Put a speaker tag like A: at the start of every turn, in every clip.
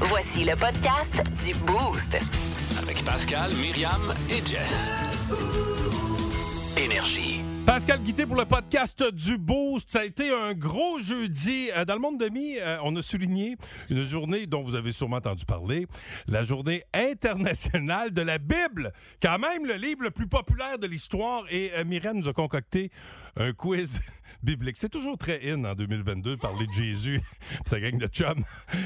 A: Voici le podcast du Boost.
B: Avec Pascal, Myriam et Jess. Énergie.
C: Pascal Guité pour le podcast du Boost. Ça a été un gros jeudi. Euh, Dans le monde de mi, euh, on a souligné une journée dont vous avez sûrement entendu parler, la journée internationale de la Bible. Quand même, le livre le plus populaire de l'histoire. Et euh, Myriam nous a concocté un quiz biblique. C'est toujours très in en 2022 de parler de Jésus et sa gang de chum.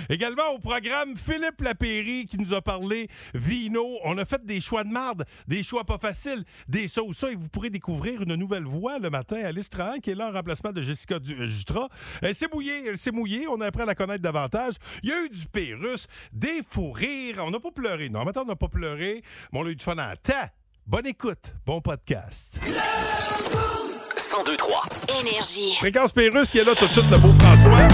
C: Également au programme, Philippe Lapéry qui nous a parlé vino. On a fait des choix de marde, des choix pas faciles, des ça ou ça. Et vous pourrez découvrir une nouvelle voix le matin. Alice Trahan qui est là en remplacement de Jessica Du- euh, Jutras. Elle s'est mouillée, elle s'est mouillée. On apprend à la connaître davantage. Il y a eu du Pérus, des fous rires. On n'a pas pleuré. Non, maintenant, on n'a pas pleuré, mais on a eu du fun en temps. Bonne écoute, bon podcast.
B: 1023.
A: Énergie.
C: Fréquence Pérus qui est là tout de suite, le beau François.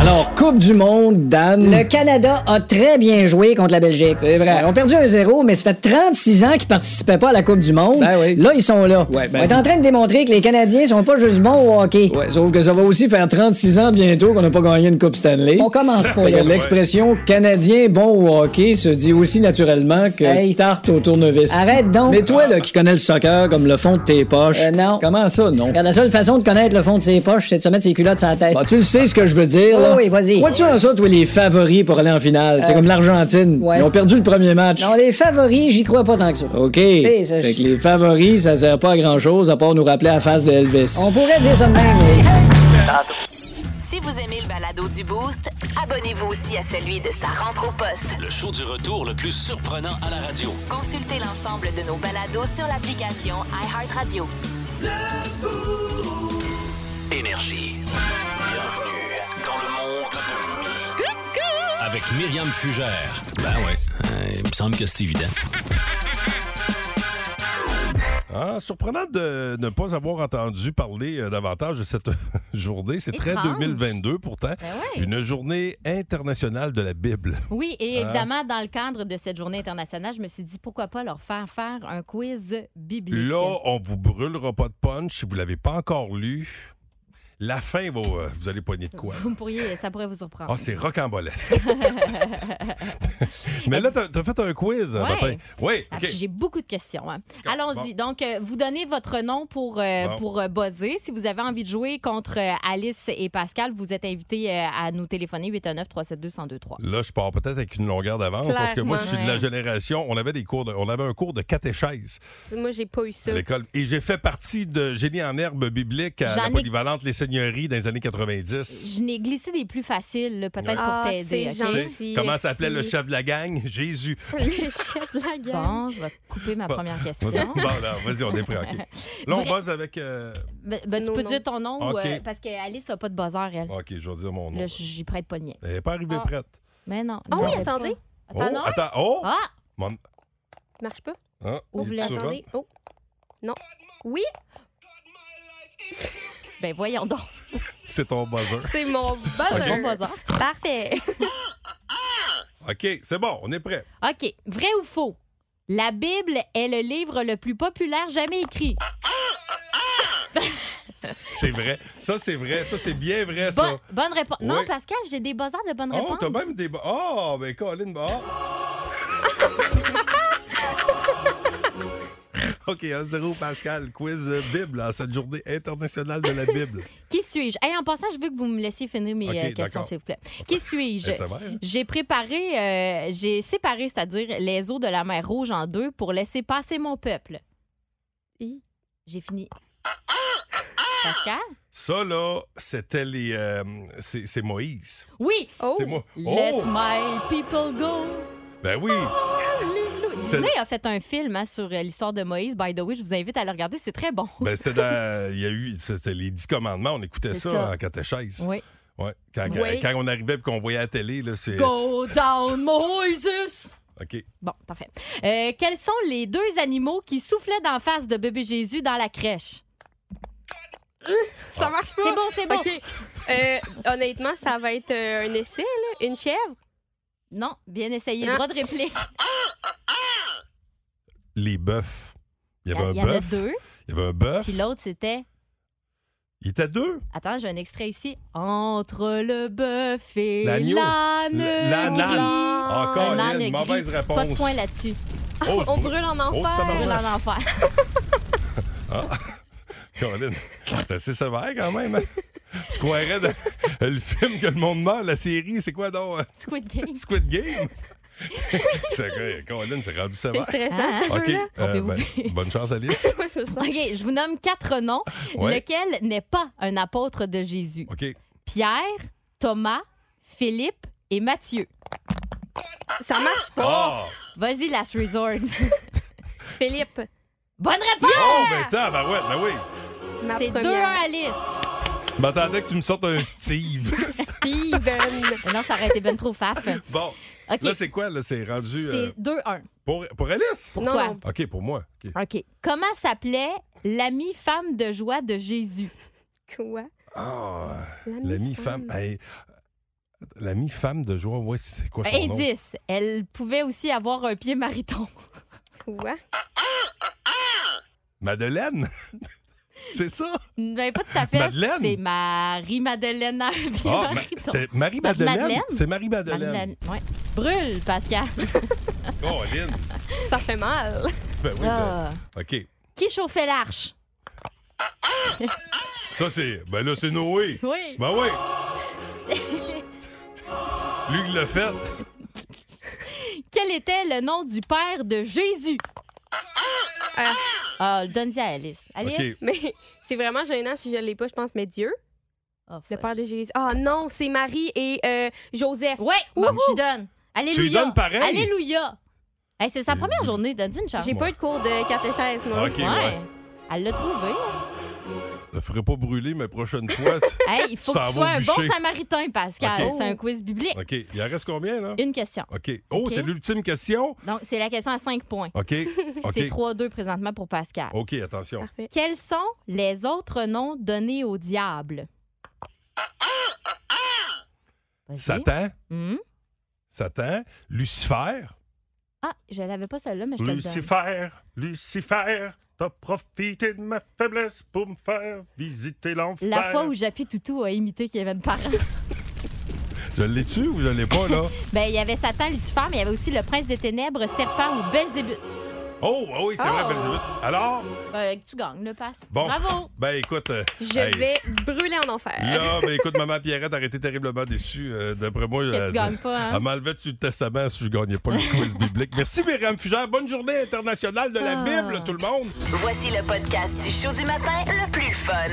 D: Alors, Coupe du Monde, Dan.
E: Le Canada a très bien joué contre la Belgique.
D: C'est vrai.
E: Ils ont perdu un 0 mais ça fait 36 ans qu'ils participaient pas à la Coupe du Monde.
D: Ben oui.
E: Là, ils sont là.
D: Ouais, ben-
E: On est en train de démontrer que les Canadiens sont pas juste bons au hockey.
D: Ouais, sauf que ça va aussi faire 36 ans bientôt qu'on n'a pas gagné une Coupe Stanley.
E: On commence pas
D: Fait que
E: là.
D: L'expression Canadien bon au hockey se dit aussi naturellement que
E: Hey.
D: tarte au tournevis.
E: Arrête donc.
D: Mais toi, là, qui connais le soccer comme le fond de tes poches.
E: Euh, non.
D: Comment ça, non?
E: Regarde, la seule façon de connaître le fond de ses poches, c'est de se mettre ses culottes sur la tête.
D: Bah, tu le sais ce que je veux dire, là.
E: Oh oui, vas-y.
D: Crois-tu en ça, toi, les favoris pour aller en finale? C'est
E: Euh,
D: comme l'Argentine.
E: ouais.
D: Ils ont perdu le premier match.
E: Non, les favoris, j'y crois pas tant que ça.
D: OK.
E: sais, ça,
D: Fait
E: je-
D: que les favoris, ça sert pas à grand-chose à part nous rappeler la face de Elvis.
E: On pourrait dire ça de même. mais-
A: Si vous aimez le balado du Boost, abonnez-vous aussi à celui de sa rentre au poste.
B: Le show du retour le plus surprenant à la radio.
A: Consultez l'ensemble de nos balados sur l'application iHeartRadio.
B: Énergie. Bienvenue dans le monde de Mi. Avec Myriam Fugère. Ben ouais, euh, il me semble que c'est évident.
C: Ah, surprenant de ne pas avoir entendu parler euh, davantage de cette journée. C'est très
F: Étrange.
C: 2022 pourtant.
F: Ben ouais.
C: Une Ah. journée internationale de la Bible.
F: Oui, et évidemment, dans le cadre de cette journée internationale, je me suis dit pourquoi pas leur faire faire un quiz biblique.
C: Là, on vous brûlera pas de punch si vous l'avez pas encore lu. La fin, va, euh, vous allez poigner de quoi?
F: Vous me pourriez, ça pourrait vous
C: Ah,
F: surprendre.
C: c'est rocambolesque. Mais là, t'as as fait un quiz euh,
F: Ouais.
C: matin. Oui,
F: Ah,
C: OK.
F: puis J'ai beaucoup de questions. hein.
C: D'accord,
F: Allons-y. Donc, euh, vous donnez votre nom pour, euh,
C: Bon.
F: pour euh, buzzer. Si vous avez envie de jouer contre euh, Alice et Pascal, vous êtes invités euh, à nous téléphoner 819-372-1023.
C: Là, je pars peut-être avec une longueur d'avance parce que moi, je suis de la génération. On avait des cours, de- on avait un cours de catéchèse.
G: Moi, j'ai pas eu ça.
C: à l'école. Et j'ai fait partie de Génie en herbe biblique à
F: J'en
C: la
F: ai-
C: polyvalente Les Seigneuries dans les années 90.
F: Je n'ai glissé des plus faciles, là, peut-être
G: Ah,
F: pour t'aider.
G: c'est
F: OK?
C: Tu sais,
G: Merci,
C: Comment
G: merci.
C: s'appelait le chef de la gang? Jésus.
G: Le chef de la gang.
F: Bon, je vais couper ma
C: Bon.
F: première
C: Bon,
F: question.
C: non, vas-y, on est prêt. ok. Là, on
F: Vrai-
C: buzz avec. euh,
F: Ben- ben, tu
G: Nos
F: peux
G: noms.
F: dire ton nom ou,
C: OK.
F: euh, parce qu'Alice n'a pas de buzzer, elle.
C: Ok, je vais dire mon nom.
F: Là, j'y prête pas le mien.
C: Elle n'est pas arrivée
G: Ah.
C: prête.
F: Mais non.
G: Ah
F: non,
G: oui,
F: peut-être
G: attendez.
F: pas. Attends,
C: oh,
F: non.
C: attends. Oh!
F: Ah!
C: Mon-
G: Marche pas.
C: ah,
F: Ouvre-le,
C: il est souvent-
G: Attendez. Oh. Non. Oui,
F: Ben voyons donc.
C: C'est ton buzzer.
G: c'est
F: Bon
G: mon buzzer.
F: bazar.
G: hein. Parfait.
C: OK, c'est bon, on est prêt.
F: OK. Vrai ou faux? La Bible est le livre le plus populaire jamais écrit.
C: Ah, C'est vrai. Ça, c'est vrai. Ça, c'est bien vrai,
F: Bo-
C: ça.
F: bonne réponse.
C: Oui.
F: Non, Pascal, j'ai des buzzers de bonnes
C: Oh,
F: réponses.
C: t'as même des. ba- Oh, ben, Colin, bah. OK, 1-0, Pascal. Quiz euh, Bible, en cette journée internationale de la Bible.
F: Qui suis-je? Hey, en passant, je veux que vous me laissiez finir mes
C: OK,
F: euh, questions,
C: d'accord.
F: s'il vous plaît. Qui suis-je?
C: Eh, ça va, hein?
F: J'ai préparé, euh, j'ai séparé, c'est-à-dire les eaux de la mer Rouge en deux pour laisser passer mon peuple.
G: Hi.
F: J'ai fini.
C: Ah,
F: Pascal?
C: Ça, là, c'était les. euh, c'est c'est Moïse.
F: Oui!
G: Oh.
C: C'est moi.
F: Let
C: Oh!
F: my people go.
C: Ben oui!
F: Alléluia.
C: C'est-
F: Disney a fait un film hein, sur euh, l'histoire de Moïse. By the way, je vous invite à le regarder, c'est très bon.
C: Ben, c'était dans. Il y a eu. C'était les Dix Commandements. On écoutait
F: C'est
C: ça,
F: ça.
C: en catéchèse.
F: Oui.
C: Ouais. Quand,
F: Oui.
C: quand on arrivait et qu'on voyait à la télé, là, c'est.
F: Go down, Moses!
C: OK.
F: Bon, parfait. Euh, quels sont les deux animaux qui soufflaient d'en face de bébé Jésus dans la crèche?
G: Ça marche pas.
F: C'est bon, c'est bon.
G: OK. Euh, honnêtement, ça va être euh, un essai, là. Une chèvre.
F: Non, bien essayé.
G: Ah.
F: Droit de réplique.
C: Les bœufs. Il y
F: Il y,
C: avait un
F: en a
C: bœuf.
F: deux.
C: Il y avait un bœuf.
F: Puis l'autre, c'était.
C: Il était deux.
F: Attends, j'ai un extrait ici. Entre le bœuf et
C: L'agneau.
F: l'âne.
C: L- l'âne, l'âne.
F: gris.
C: Encore
F: Un âne
C: une
F: gris.
C: Ah, mauvaise réponse.
F: Pas de point là-dessus.
C: Oh, je
G: On
C: brûle-
G: brûle en
C: Oh,
G: enfer.
F: Je vais
C: tabarnak.
F: en faire.
C: Colin, c'est assez sévère quand même. hein? Tu croirais dans le film que le monde meurt, la série, c'est quoi donc? euh,
F: Squid Game.
C: Squid Game? c'est vrai, Colin, c'est rendu
G: C'est
C: sévère.
G: stressant,
F: Ah,
G: ce
C: OK,
G: jeu-là.
C: euh,
F: Trompez-vous.
C: ben, bonne chance,
F: Ah.
C: Alice.
G: Ouais, c'est ça.
F: OK, je vous nomme quatre noms.
C: Ouais.
F: Lequel n'est pas un apôtre de Jésus?
C: OK.
F: Pierre, Thomas, Philippe et Mathieu.
G: Ça marche pas.
C: Ah!
F: Vas-y, Last Resort.
G: Philippe,
F: Bonne réponse!
C: Oh, ben, attends, ben ouais, ben oui.
G: ma
F: C'est 2-1
G: première.
F: Alice.
C: Je m'attendais que tu me sortes un Steve.
G: Steven.
F: Non, ça aurait été ben trop faf.
C: bon,
F: OK.
C: là, c'est quoi? Là, c'est rendu euh,
F: C'est 2-1.
C: pour, pour Alice?
F: Pour
G: Non,
F: toi.
G: non.
C: OK, pour moi. OK.
F: OK. Comment s'appelait l'amie femme de joie de Jésus?
G: Quoi?
C: Ah, l'ami femme. hey, l'ami femme de joie, ouais, c'est quoi son nom?
F: Indice. Elle pouvait aussi avoir un pied mariton.
G: Quoi?
C: Madeleine? c'est ça?
F: Mais pas tout à fait.
C: Madeleine?
F: C'est Marie-Madeleine à un pied
C: Ah, ma-
F: mariton.
C: c'était Marie-Madeleine?
F: Madeleine?
C: C'est Marie-Madeleine.
F: Madeleine, ouais. Brûle, Pascal.
C: Colin.
G: Ça fait mal.
C: Oh, Ben oui,
F: Ah.
C: ben, OK.
F: Qui chauffait l'arche?
C: Ça, c'est. Ben là, c'est Noé.
F: Oui.
C: Ben oui. Lui qui l'a fait.
F: Quel était le nom du père de Jésus?
G: Ah.
F: Ah, donne-y à Alice. Alice?
C: OK.
G: Mais c'est vraiment gênant si je l'ai pas, je pense. Mais Dieu,
F: Oh,
G: le
F: fuck.
G: père de Jésus. Ah non, c'est Marie et euh, Joseph.
F: Ouais, maman, je lui donne. Alléluia.
C: lui donnes pareil?
F: Alléluia. Hey, c'est sa
C: Euh,
F: première journée, donne-y une chance.
G: J'ai pas eu de cours de catéchèse, moi.
C: OK, ouais.
F: Elle l'a trouvé. hein.
C: Je ferai pas brûler, mais prochaine fois. tu-
F: Hey, il faut
C: Ça va
F: que tu sois
C: au
F: un
C: bûcher.
F: bon samaritain, Pascal.
C: OK.
F: C'est un quiz biblique.
C: OK. Il en reste combien, là?
F: Une question.
C: OK. Oh,
F: OK.
C: c'est l'ultime question.
F: Donc, c'est la question à 5 points.
C: OK. OK.
F: C'est 3-2 présentement pour Pascal.
C: OK, attention.
G: Parfait.
F: Quels sont les autres noms donnés au diable? Vas-y.
C: Satan.
F: Hmm?
C: Satan. Lucifer.
F: Ah, je l'avais pas celle-là, mais je te le donne.
H: Lucifer, Lucifer, t'as profité de ma faiblesse pour me faire visiter l'enfer.
F: La fois où Japi Toutou a imité Kevin Parent.
C: Je l'ai tu ou je l'ai pas, là?
F: ben, il y avait Satan, Lucifer, mais il y avait aussi le prince des ténèbres, serpent ou Belzébuth.
C: Oh, ah oui, c'est vrai,
F: Oh.
C: Belzébuth. Alors,
F: Euh, que tu gagnes, le passe.
C: bon.
F: Bravo!
C: Ben écoute. euh,
G: Je
C: hey,
G: vais brûler en enfer.
C: Là, ben écoute, maman Pierrette aurait été terriblement déçue. euh, D'après moi,
F: Que
C: euh,
F: tu gagnes pas, hein?
C: Elle m'enlevait dessus le testament si je gagnais pas le quiz biblique. Merci, Myriam Fugère. Bonne journée internationale de la
F: Ah.
C: Bible, tout le monde.
A: Voici le podcast du show du matin le plus fun.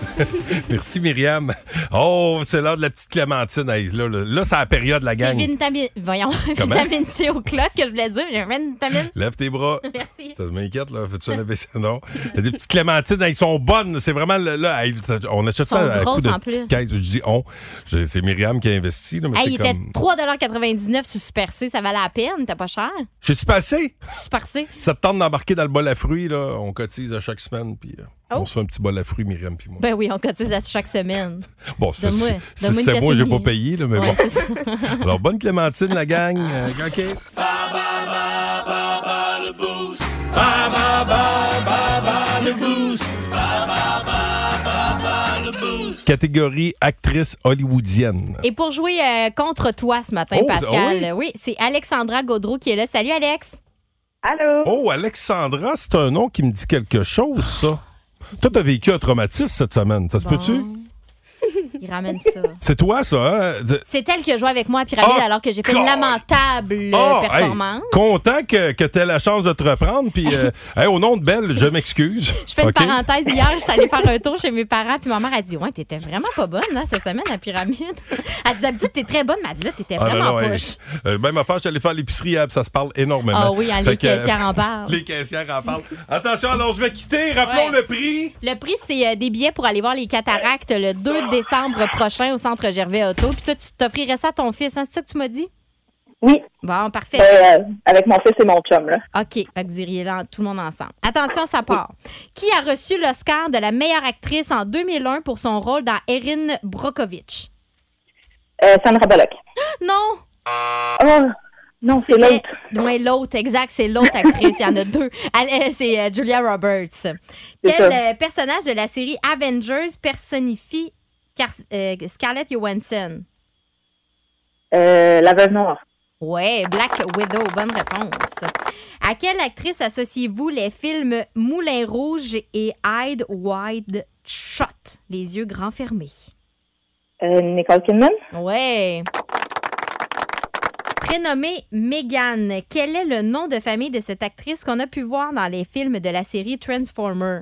C: Merci, Myriam. Oh, c'est l'heure de la petite Clémentine. Hey, là, là, là, c'est la période, la
F: c'est
C: gang.
F: vitamine... Voyons,
C: Comment?
F: vitamine C au clock que je voulais dire. J'ai vitamine...
C: Lève tes bras.
F: Merci.
C: Ça m'inquiète, là. Fais-tu un ABC? Non. Des petites clémentines, elles sont bonnes. C'est vraiment, le- là, hey, ça- on achète
F: Sont
C: ça à coup
F: grosses,
C: de
F: en
C: petites
F: plus.
C: caisses. Je dis on. Je- C'est Myriam qui a investi, là, mais
F: Hey,
C: c'est
F: il
C: comme...
F: était 3,99 sur Super C. Ça valait la peine. T'as pas cher?
C: Je suis passé.
F: Super C.
C: Ça te tente d'embarquer dans le bol à fruits, là. On cotise à chaque semaine, puis euh, on
F: Oh.
C: se fait un petit bol à fruits, Myriam, puis moi.
F: Ben oui, on cotise à chaque semaine.
C: Bon, ça fait
F: Donne-moi-
C: six- six-
F: donne-moi une
C: sept mois, j'ai pas
F: cassette.
C: payé, là, mais
F: Ouais,
C: bon.
F: c'est ça.
C: Alors, bonne Clémentine, la gang. Euh, OK. Catégorie actrice hollywoodienne.
F: Et pour jouer euh, contre toi ce matin,
C: Oh,
F: Pascal,
C: ah
F: oui, c'est Alexandra Gaudreau qui est là. Salut, Alex.
C: Oh, Alexandra, c'est un nom qui me dit quelque chose, ça. Toi, t'as vécu un traumatisme cette semaine, ça se peut-tu?
F: Il ramène ça.
C: C'est toi, ça, hein? De-
F: C'est elle qui a joué avec moi à Pyramide
C: Ah,
F: alors que j'ai fait une
C: God!
F: lamentable
C: Ah,
F: euh,
C: hey,
F: performance.
C: content que, que tu la chance de te reprendre. Puis, euh, hey, au nom de Belle, je m'excuse.
F: Je fais une
C: OK?
F: parenthèse. Hier, j'étais allée faire un tour chez mes parents, puis ma mère a dit Ouais, t'étais vraiment pas bonne hein, cette semaine à Pyramide. Elle dit D'habitude, t'es très bonne, mais elle dit Là, t'étais
C: Ah, non,
F: vraiment
C: non, hey,
F: poche.
C: euh, même affaire, je suis allé faire l'épicerie, Ab, ça se parle énormément.
F: Ah oui, hein,
C: Fait
F: les
C: que, euh,
F: caissières en parlent.
C: Les caissières en parlent. Attention, alors je vais quitter. Rappelons
F: Ouais.
C: le prix.
F: Le prix, c'est euh, des billets pour aller voir les cataractes le 2 décembre prochain au Centre Gervais Auto. Puis toi, tu t'offrirais ça à ton fils, hein, c'est ça que tu m'as dit?
I: Oui,
F: Bon, parfait.
I: euh, avec mon fils et mon chum, là.
F: OK, fait que vous iriez là, tout le monde ensemble. Attention, ça part. Qui a reçu l'Oscar de la meilleure actrice en 2001 pour son rôle dans Erin Brockovich?
I: Euh, Sandra Bullock.
F: Non!
I: Oh, non, c'est
F: C'était-
I: l'autre.
F: Ouais, l'autre, exact, c'est l'autre actrice. Il y en a deux. Elle- elle, C'est euh, Julia Roberts. Quel
I: ça.
F: euh, personnage de la série Avengers personnifie Car- euh, Scarlett Johansson?
I: Euh, la veuve noire.
F: Ouais, Black Widow, bonne réponse. À quelle actrice associez-vous les films Moulin Rouge et Hide Wide Shot, les yeux grands fermés?
I: Euh, Nicole Kidman.
F: Ouais. Prénommée Megan, quel est le nom de famille de cette actrice qu'on a pu voir dans les films de la série Transformer?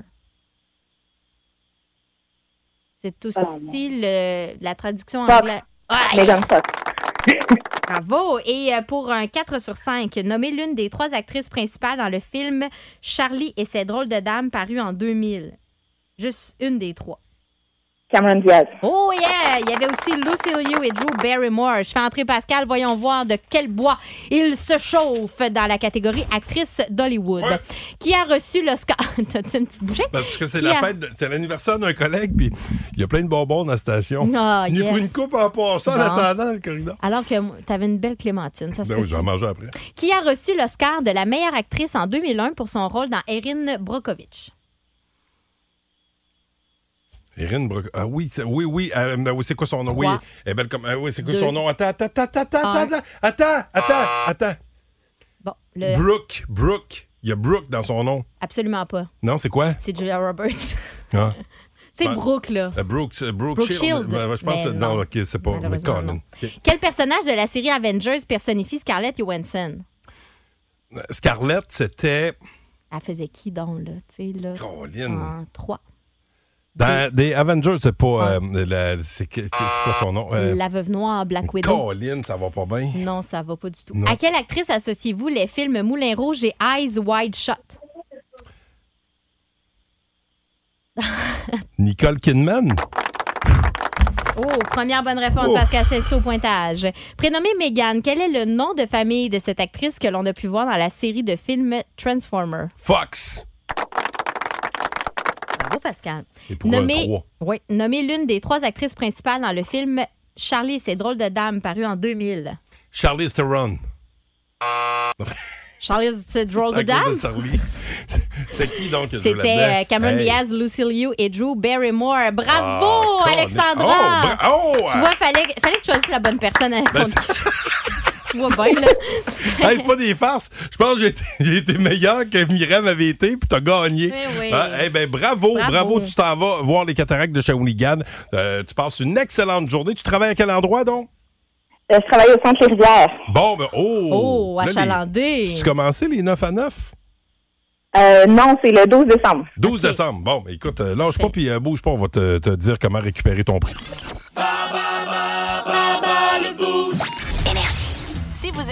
F: C'est aussi le- la traduction
I: Fox.
F: anglaise. Aïe!
I: Megan Fox.
F: Bravo! Et euh, pour un 4 sur 5, nommez l'une des trois actrices principales dans le film Charlie et ses drôles de dames paru en 2000. Juste une des trois.
I: Cameron Diaz.
F: Oh yeah! Il y avait aussi Lucy Liu et Drew Barrymore. Je fais entrer Pascal, voyons voir de quel bois il se chauffe dans la catégorie actrice d'Hollywood.
C: Ouais.
F: Qui a reçu l'Oscar... T'as-tu une petite bouchée?
C: Ben, parce que c'est
F: Qui
C: la
F: a-
C: fête, de- c'est l'anniversaire d'un collègue, puis il y a plein de bonbons dans la station.
F: Ah,
C: J'ai
F: yes.
C: pris une coupe en passant
F: Bon.
C: en attendant le corridor.
F: Alors que moi, t'avais une belle clémentine, ça se
C: Ben
F: peut
C: oui, j'en mangeais après.
F: Qui a reçu l'Oscar de la meilleure actrice en 2001 pour son rôle dans Erin Brockovich?
C: Erin Brock. Ah oui, c'est- oui, oui. ah, ben oui, c'est quoi son nom? Oui,
F: Trois.
C: elle est belle comme. ah oui, c'est quoi
F: Deux.
C: son nom? Attends, attends, attends, attends,
F: Un. Ah.
C: attends, attends, attends, attends.
F: Bon, le...
C: Brooke, Brooke. Il y a Brooke dans son nom.
F: absolument pas.
C: Non, c'est quoi?
F: C'est Julia Roberts. tu
C: Ah,
F: sais,
C: Ben-
F: Brooke, là.
C: euh, Brooke, euh, Brooke,
F: Brooke
C: Shield.
F: Shield.
C: Ben, je pense
F: Mais
C: que non,
F: non.
C: ok, c'est pas. Mais
F: Malheureusement,
C: Colin.
F: non.
C: Ok.
F: Quel personnage de la série Avengers personnifie Scarlett Johansson?
C: Euh, Scarlett, c'était.
F: Elle faisait qui donc, là? Tu sais, là.
C: Colin.
F: En 3.
C: Dans des Avengers, c'est pas. euh, la- c'est que- c'est- c'est quoi son nom? Euh,
F: La Veuve Noire, Black Widow.
C: Colin, ça va pas bien.
F: Non, ça va pas du tout.
C: Non.
F: À quelle actrice associez-vous les films Moulin Rouge et Eyes Wide Shut?
C: Nicole Kidman.
F: Oh, première bonne réponse
C: Ouf.
F: parce qu'elle s'inscrit au pointage. Prénommée Megan, quel est le nom de famille de cette actrice que l'on a pu voir dans la série de films Transformer?
C: Fox.
F: Bravo, Pascal.
C: Et pour un
F: Nommez,
C: trois.
F: oui, nommez l'une des trois actrices principales dans le film Charlie et ses drôles de dames, paru en 2000.
C: Charlize Theron.
F: Charlie et ses drôles de
C: C'est à cause
F: dames?
C: de Charlie. C'est- C'est qui donc que je veux là-dedans?
F: C'était euh, Cameron
C: Hey.
F: Diaz, Lucy Liu et Drew Barrymore. Bravo,
C: Ah, con- Oh,
F: Alexandra!
C: bra- oh,
F: tu vois, fallait, fallait que tu choisisses la bonne personne. à-
C: Ben,
F: contre-
C: c'est-
F: tu vois bien, là.
C: hey, c'est pas des farces. Je pense que j'ai été, j'ai été meilleur que Myriam avait été, puis t'as gagné.
F: Eh oui.
C: Ah, eh ben, bravo, bravo,
F: Bravo.
C: Tu t'en vas voir les cataractes de Shawinigan. Euh, tu passes une excellente journée. Tu travailles à quel endroit, donc?
I: Euh, je travaille au centre Les Rivières.
C: Bon, ben, oh!
F: Oh,
C: Là,
F: achalandé.
C: les- Tu commençais les 9 à 9?
I: Euh, non, c'est le 12 décembre.
C: 12
F: Ok.
C: décembre. Bon, ben, écoute, euh, lâche pas
F: Fait.
C: puis euh, bouge pas. On va te, te dire comment récupérer ton prix.
A: Si vous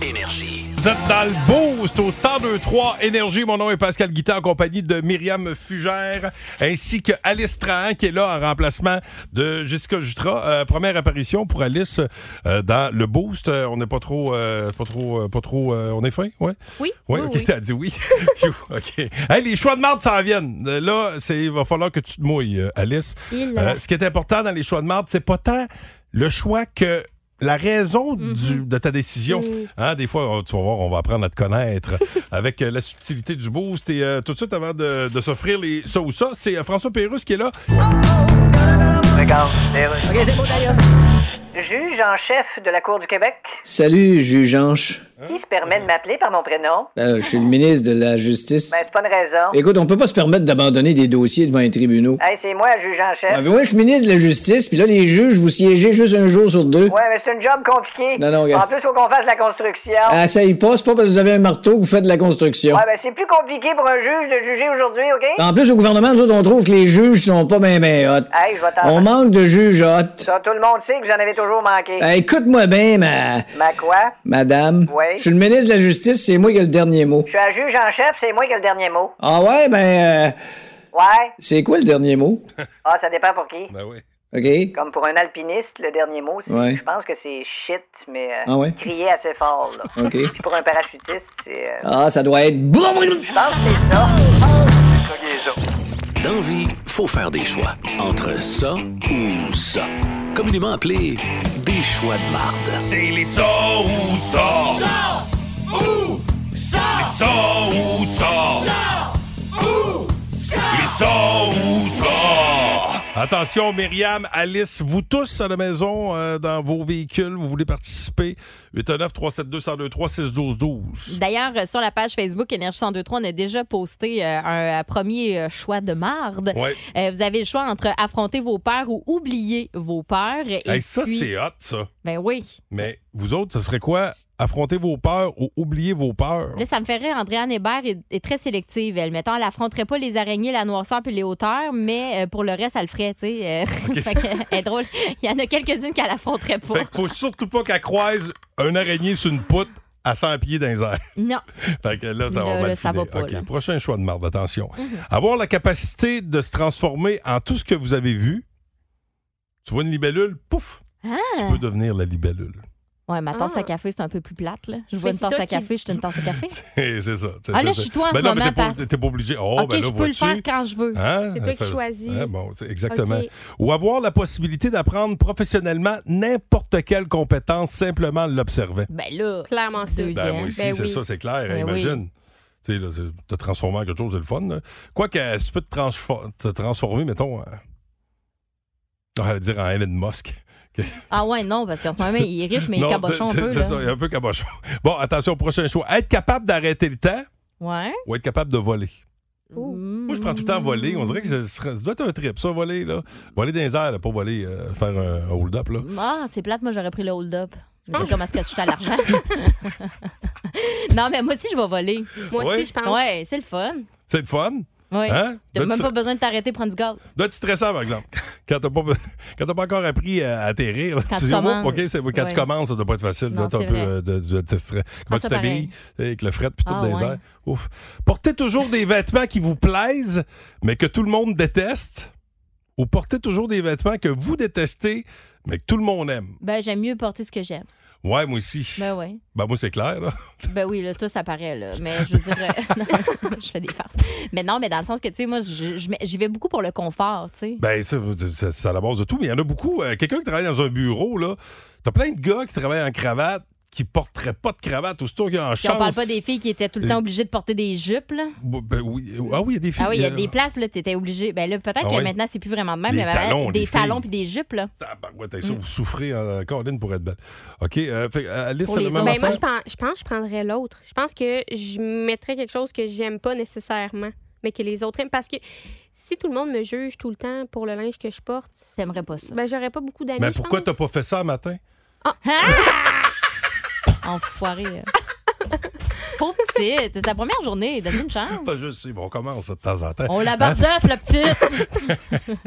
B: Énergie.
C: Vous êtes dans le boost au 1023 Énergie. Mon nom est Pascal Guittet en compagnie de Myriam Fugère ainsi que Alice Trahan qui est là en remplacement de Jessica Jutra. Euh, première apparition pour Alice euh, dans le boost. Euh, on n'est pas trop, euh, pas trop, euh, pas trop. euh, on est fin, ouais.
F: Oui,
C: Ouais,
F: oui,
C: ok,
F: oui.
C: t'as dit oui. Phew, ok. Hey, les choix de marde s'en viennent. Euh, Là, c'est, il va falloir que tu te mouilles, euh, Alice.
F: Il
C: Euh,
F: a-
C: ce qui est important dans les choix de marde, c'est pas tant le choix que la raison
F: Mhm.
C: du- de ta décision. Hein, des fois, on- tu vas voir, on va apprendre à te connaître avec euh, la subtilité du boost. Et euh, tout de suite, avant de, de s'offrir les ça ou ça,
F: Ah!
C: c'est euh, François Pérusse qui est là.
J: Regarde, c'est Juge en chef de la Cour du Québec,
D: Salut, juge Anche.
J: qui se permet de m'appeler par mon prénom?
D: Ben, je suis le ministre de la Justice.
J: Ben, c'est pas une raison.
D: Écoute, on peut pas se permettre d'abandonner des dossiers devant les tribunaux.
J: Hey, c'est moi, juge en chef.
D: Ah, ben, moi, je suis ministre de la Justice, puis là, les juges, vous siégez juste un jour sur deux.
J: Ouais, mais c'est une job compliquée.
D: Ah. Non, non, regarde.
J: En plus, faut qu'on fasse la construction.
D: Ah, ça y passe pas parce que vous avez un marteau que vous faites de la construction.
J: Ouais, ben, c'est plus compliqué pour un juge de juger aujourd'hui, OK?
D: En plus, au gouvernement, nous autres, on trouve que les juges sont pas ben, ben hot.
J: Hey, je vais t'en-
D: On manque de juges hot.
J: Ah, Ça, tout le monde sait que vous en avez toujours manqué.
D: Ben, écoute-moi bien, ma...
J: Ma quoi?
D: madame.
J: Oui.
D: Je suis le ministre de la Justice, c'est moi qui ai le dernier mot.
J: Je suis un juge en chef, c'est moi qui ai le dernier mot.
D: Ah ouais, ben, euh,
J: Ouais?
D: c'est quoi le dernier mot?
J: Ah, ça dépend pour qui.
C: Ben oui.
D: OK?
J: Comme pour un alpiniste, le dernier mot, c'est-
D: Ouais.
J: je pense que c'est shit, mais euh,
D: Ah ouais?
J: crier assez fort. Là.
D: OK.
J: Puis pour un parachutiste, c'est... euh,
D: Ah, ça doit être... boum!
J: Je pense que c'est ça.
B: Dans vie, faut faire des choix. Entre ça ou ça. Communément appelé des choix de marde.
K: C'est les ça ou ça. ou ça. Les ça ou ça. ou ça. Les ça ou ça.
C: Attention, Myriam, Alice, vous tous à la maison, euh, dans vos véhicules, vous voulez participer. 819 372 1023 612 12
F: D'ailleurs, euh, sur la page Facebook Énergie 1023, on a déjà posté euh, un euh, premier euh, choix de marde.
C: Ouais.
F: Euh, vous avez le choix entre affronter vos peurs ou oublier vos peurs. Et
C: Hey, ça,
F: puis-
C: c'est hot, ça.
F: Ben oui.
C: Mais vous autres, ce serait quoi? Affronter vos peurs ou oublier vos peurs?
F: Là, ça me ferait Andréane Hébert est, est très sélective. Elle, mettons, elle affronterait pas les araignées, la noirceur puis les hauteurs, mais euh, pour le reste, elle le ferait, tu sais. euh, fait que, euh, elle est drôle. Il y en a quelques-unes qu'elle affronterait pas.
C: Fait qu'il faut surtout pas qu'elle croise un araignée sur une poutre à 100 pieds dans les airs.
F: Non.
C: Fait que là, ça
F: Là,
C: va mal
F: là, ça
C: filer.
F: va pas,
C: OK,
F: là. Mhm.
C: prochain choix de marde, attention. Avoir la capacité de se transformer en tout ce que vous avez vu. Tu vois une libellule, pouf, tu
F: Ah!
C: peux devenir la libellule.
F: Ouais, ma tasse à café, c'est un peu plus plate, là. Je vois
L: Mais
F: une
L: Ah. c'est
F: tasse
L: toi
F: à
L: qui-
F: café, je suis une tasse à café.
C: Et c'est ça.
F: Ah, là,
C: C'est-
F: je suis toi en
C: ben
F: ce
C: non, mais
F: moment,
C: t'es pas-
F: parce-
C: T'es pas obligé. Oh,
F: OK,
C: ben là,
F: je peux le
C: vois-tu?
F: faire quand je veux.
C: Hein?
F: C'est toi qui
C: Fait-
F: choisis.
C: Ah, bon, c'est- exactement.
F: OK.
C: Ou avoir la possibilité d'apprendre professionnellement n'importe quelle compétence simplement en l'observant.
F: Ben là.
G: Clairement ça.
C: Ben, moi aussi, c'est ça, c'est clair.
G: Ben oui.
C: imagine. Tu sais, là, c'est- te transformer en quelque chose, c'est le fun. là. Quoique, euh, si tu peux te, transfor- te transformer, mettons, euh, on va dire en Elon Musk.
F: Ah ouais, non, parce qu'en ce moment, il est riche, mais il est
C: Non,
F: cabochon un
C: c'est-
F: peu,
C: c'est
F: là.
C: ça, il est un peu cabochon. Bon, attention au prochain choix. Être capable d'arrêter le temps
F: Ouais. Mm.
C: ou être capable de voler.
F: Moi,
C: Moi, je prends tout le temps voler. On dirait que ce serait- ça doit être un trip, ça, voler. Là. Voler dans les airs, là, pas voler, euh, faire un hold-up. là.
F: Ah, c'est plate, moi j'aurais pris le hold-up. Je
C: Ah.
F: me dis comment est-ce que je suis à l'argent. non, mais moi aussi je vais voler.
C: Moi aussi, Ouais. je pense.
F: Ouais, c'est le fun.
C: C'est le fun.
F: Ouais.
C: Hein?
F: T'as
C: Doit
F: même
C: être-
F: pas besoin de t'arrêter prendre du gaz.
C: doit être stressant, par exemple. Quand t'as pas, quand t'as pas encore appris à atterrir. là,
F: Quand
C: tu
F: tu
C: dis, Oups,
F: commences,
C: OK, c'est- quand
F: ouais.
C: tu commences, ça doit pas être facile.
F: Non,
C: là, t'as un
F: c'est
C: peu
F: vrai. Ah,
C: euh, de, de- de stress. Comment tu
F: ça
C: t'habilles avec le fret puis tout
F: Ah,
C: dans les
F: ouais.
C: airs. Ouf. Portez toujours des vêtements qui vous plaisent, mais que tout le monde déteste. Ou portez toujours des vêtements que vous détestez, mais que tout le monde aime.
F: Ben, j'aime mieux porter ce que j'aime.
C: Ouais, moi aussi.
F: Ben ouais.
C: Ben, moi, c'est clair, là.
F: Ben oui, là, tout ça paraît, là. Mais je veux dire, euh, non, je fais des farces. Mais non, mais dans le sens que, tu sais, moi, je- je mets- j'y vais beaucoup pour le confort, tu sais.
C: Ben, ça, ça- c'est à la base de tout, mais il y en a beaucoup. Euh, Quelqu'un qui travaille dans un bureau, là, t'as plein de gars qui travaillent en cravate, qui porteraient pas de cravate, aussitôt qu'il y a un
F: Puis
C: chance.
F: on parle pas des filles qui étaient tout le temps
C: Euh,
F: obligées de porter des jupes, là.
C: Ou- ben oui, ou- ah oui, il y a des filles.
F: Ah oui, il y a
C: euh,
F: des places, là, t'étais obligé. Ben là, peut-être
C: Ah
F: que
C: ouais.
F: maintenant, c'est plus vraiment de même.
C: Les
F: mais avant,
C: talons,
F: des
C: les
F: talons
C: filles. Ah.
F: puis des jupes, là.
C: tabarouette, hey, ça,
F: Mm.
C: vous souffrez en Caroline pour être belle. OK, euh, fait, euh, Alice, c'est le même
G: Ben, moi,
C: affaire?
G: je pense, je pense que je prendrais l'autre. Je pense que je mettrais quelque chose que j'aime pas nécessairement, mais que les autres aiment. Parce que si tout le monde me juge tout le temps pour le linge que je porte,
F: t'aimerais pas ça.
G: Ben, j'aurais pas beaucoup d'amis.
C: Mais
G: je
C: pourquoi
G: pense.
C: t'as pas fait ça un matin?
F: Ah! Enfoiré. euh. Pauvre petite. C'est sa première journée. Donne-lui une chance.
C: Pas juste, c'est bon, on commence de temps en temps.
F: On la bardeffe, la petite.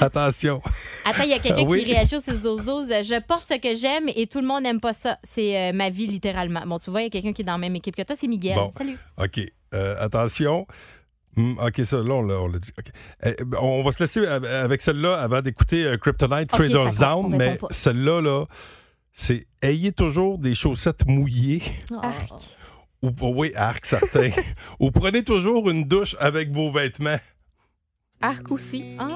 C: Attention.
F: Attends, il y a quelqu'un
C: Oui.
F: qui réagit au 6-12-12. Je porte ce que j'aime et tout le monde n'aime pas ça. C'est euh, ma vie, littéralement. Bon, tu vois, il y a quelqu'un qui est dans la même équipe que toi. C'est Miguel.
C: Bon.
F: Salut.
C: OK. euh, attention. Hmm, OK, ça, là, on l'a, on l'a dit. OK. Eh, ben, on va se laisser av- avec celle-là avant d'écouter euh, Kryptonite
F: OK,
C: Trader's
F: d'accord, on
C: Down,
F: répond
C: mais
F: pas.
C: celle-là, là, c'est ayez toujours des chaussettes mouillées. Ou, oh oui, arc, certain. ou prenez toujours une douche avec vos vêtements.
G: Arc aussi.
F: Ah.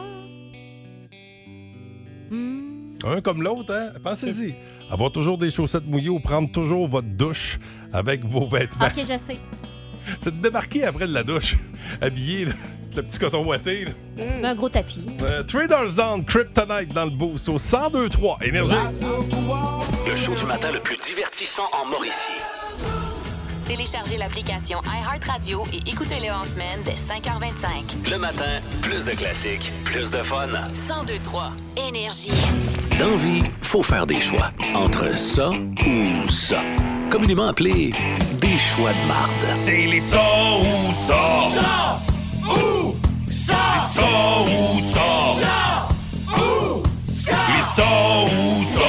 F: Hmm.
C: Un comme l'autre, hein? Pensez-y. Avoir toujours des chaussettes mouillées ou prendre toujours votre douche avec vos vêtements.
F: Ah. OK, je sais.
C: C'est de débarquer après de la douche, habillé, là, Le petit coton ouaté. là.
F: Un gros tapis.
C: Euh, Trader Zone Kryptonite dans le boost au 1023 Énergie.
B: Le show du matin le plus divertissant en Mauricie.
A: Téléchargez l'application iHeartRadio et écoutez-le en semaine dès 5h25.
B: Le matin, plus de classiques, plus de fun.
A: 1023 Énergie.
B: Dans vie, faut faire des choix. Entre ça ou ça. Communément appelé des choix de marde.
K: C'est les ça ou ça.
B: Ça
K: ou ça. Les ça ou ça. Ça ou ça.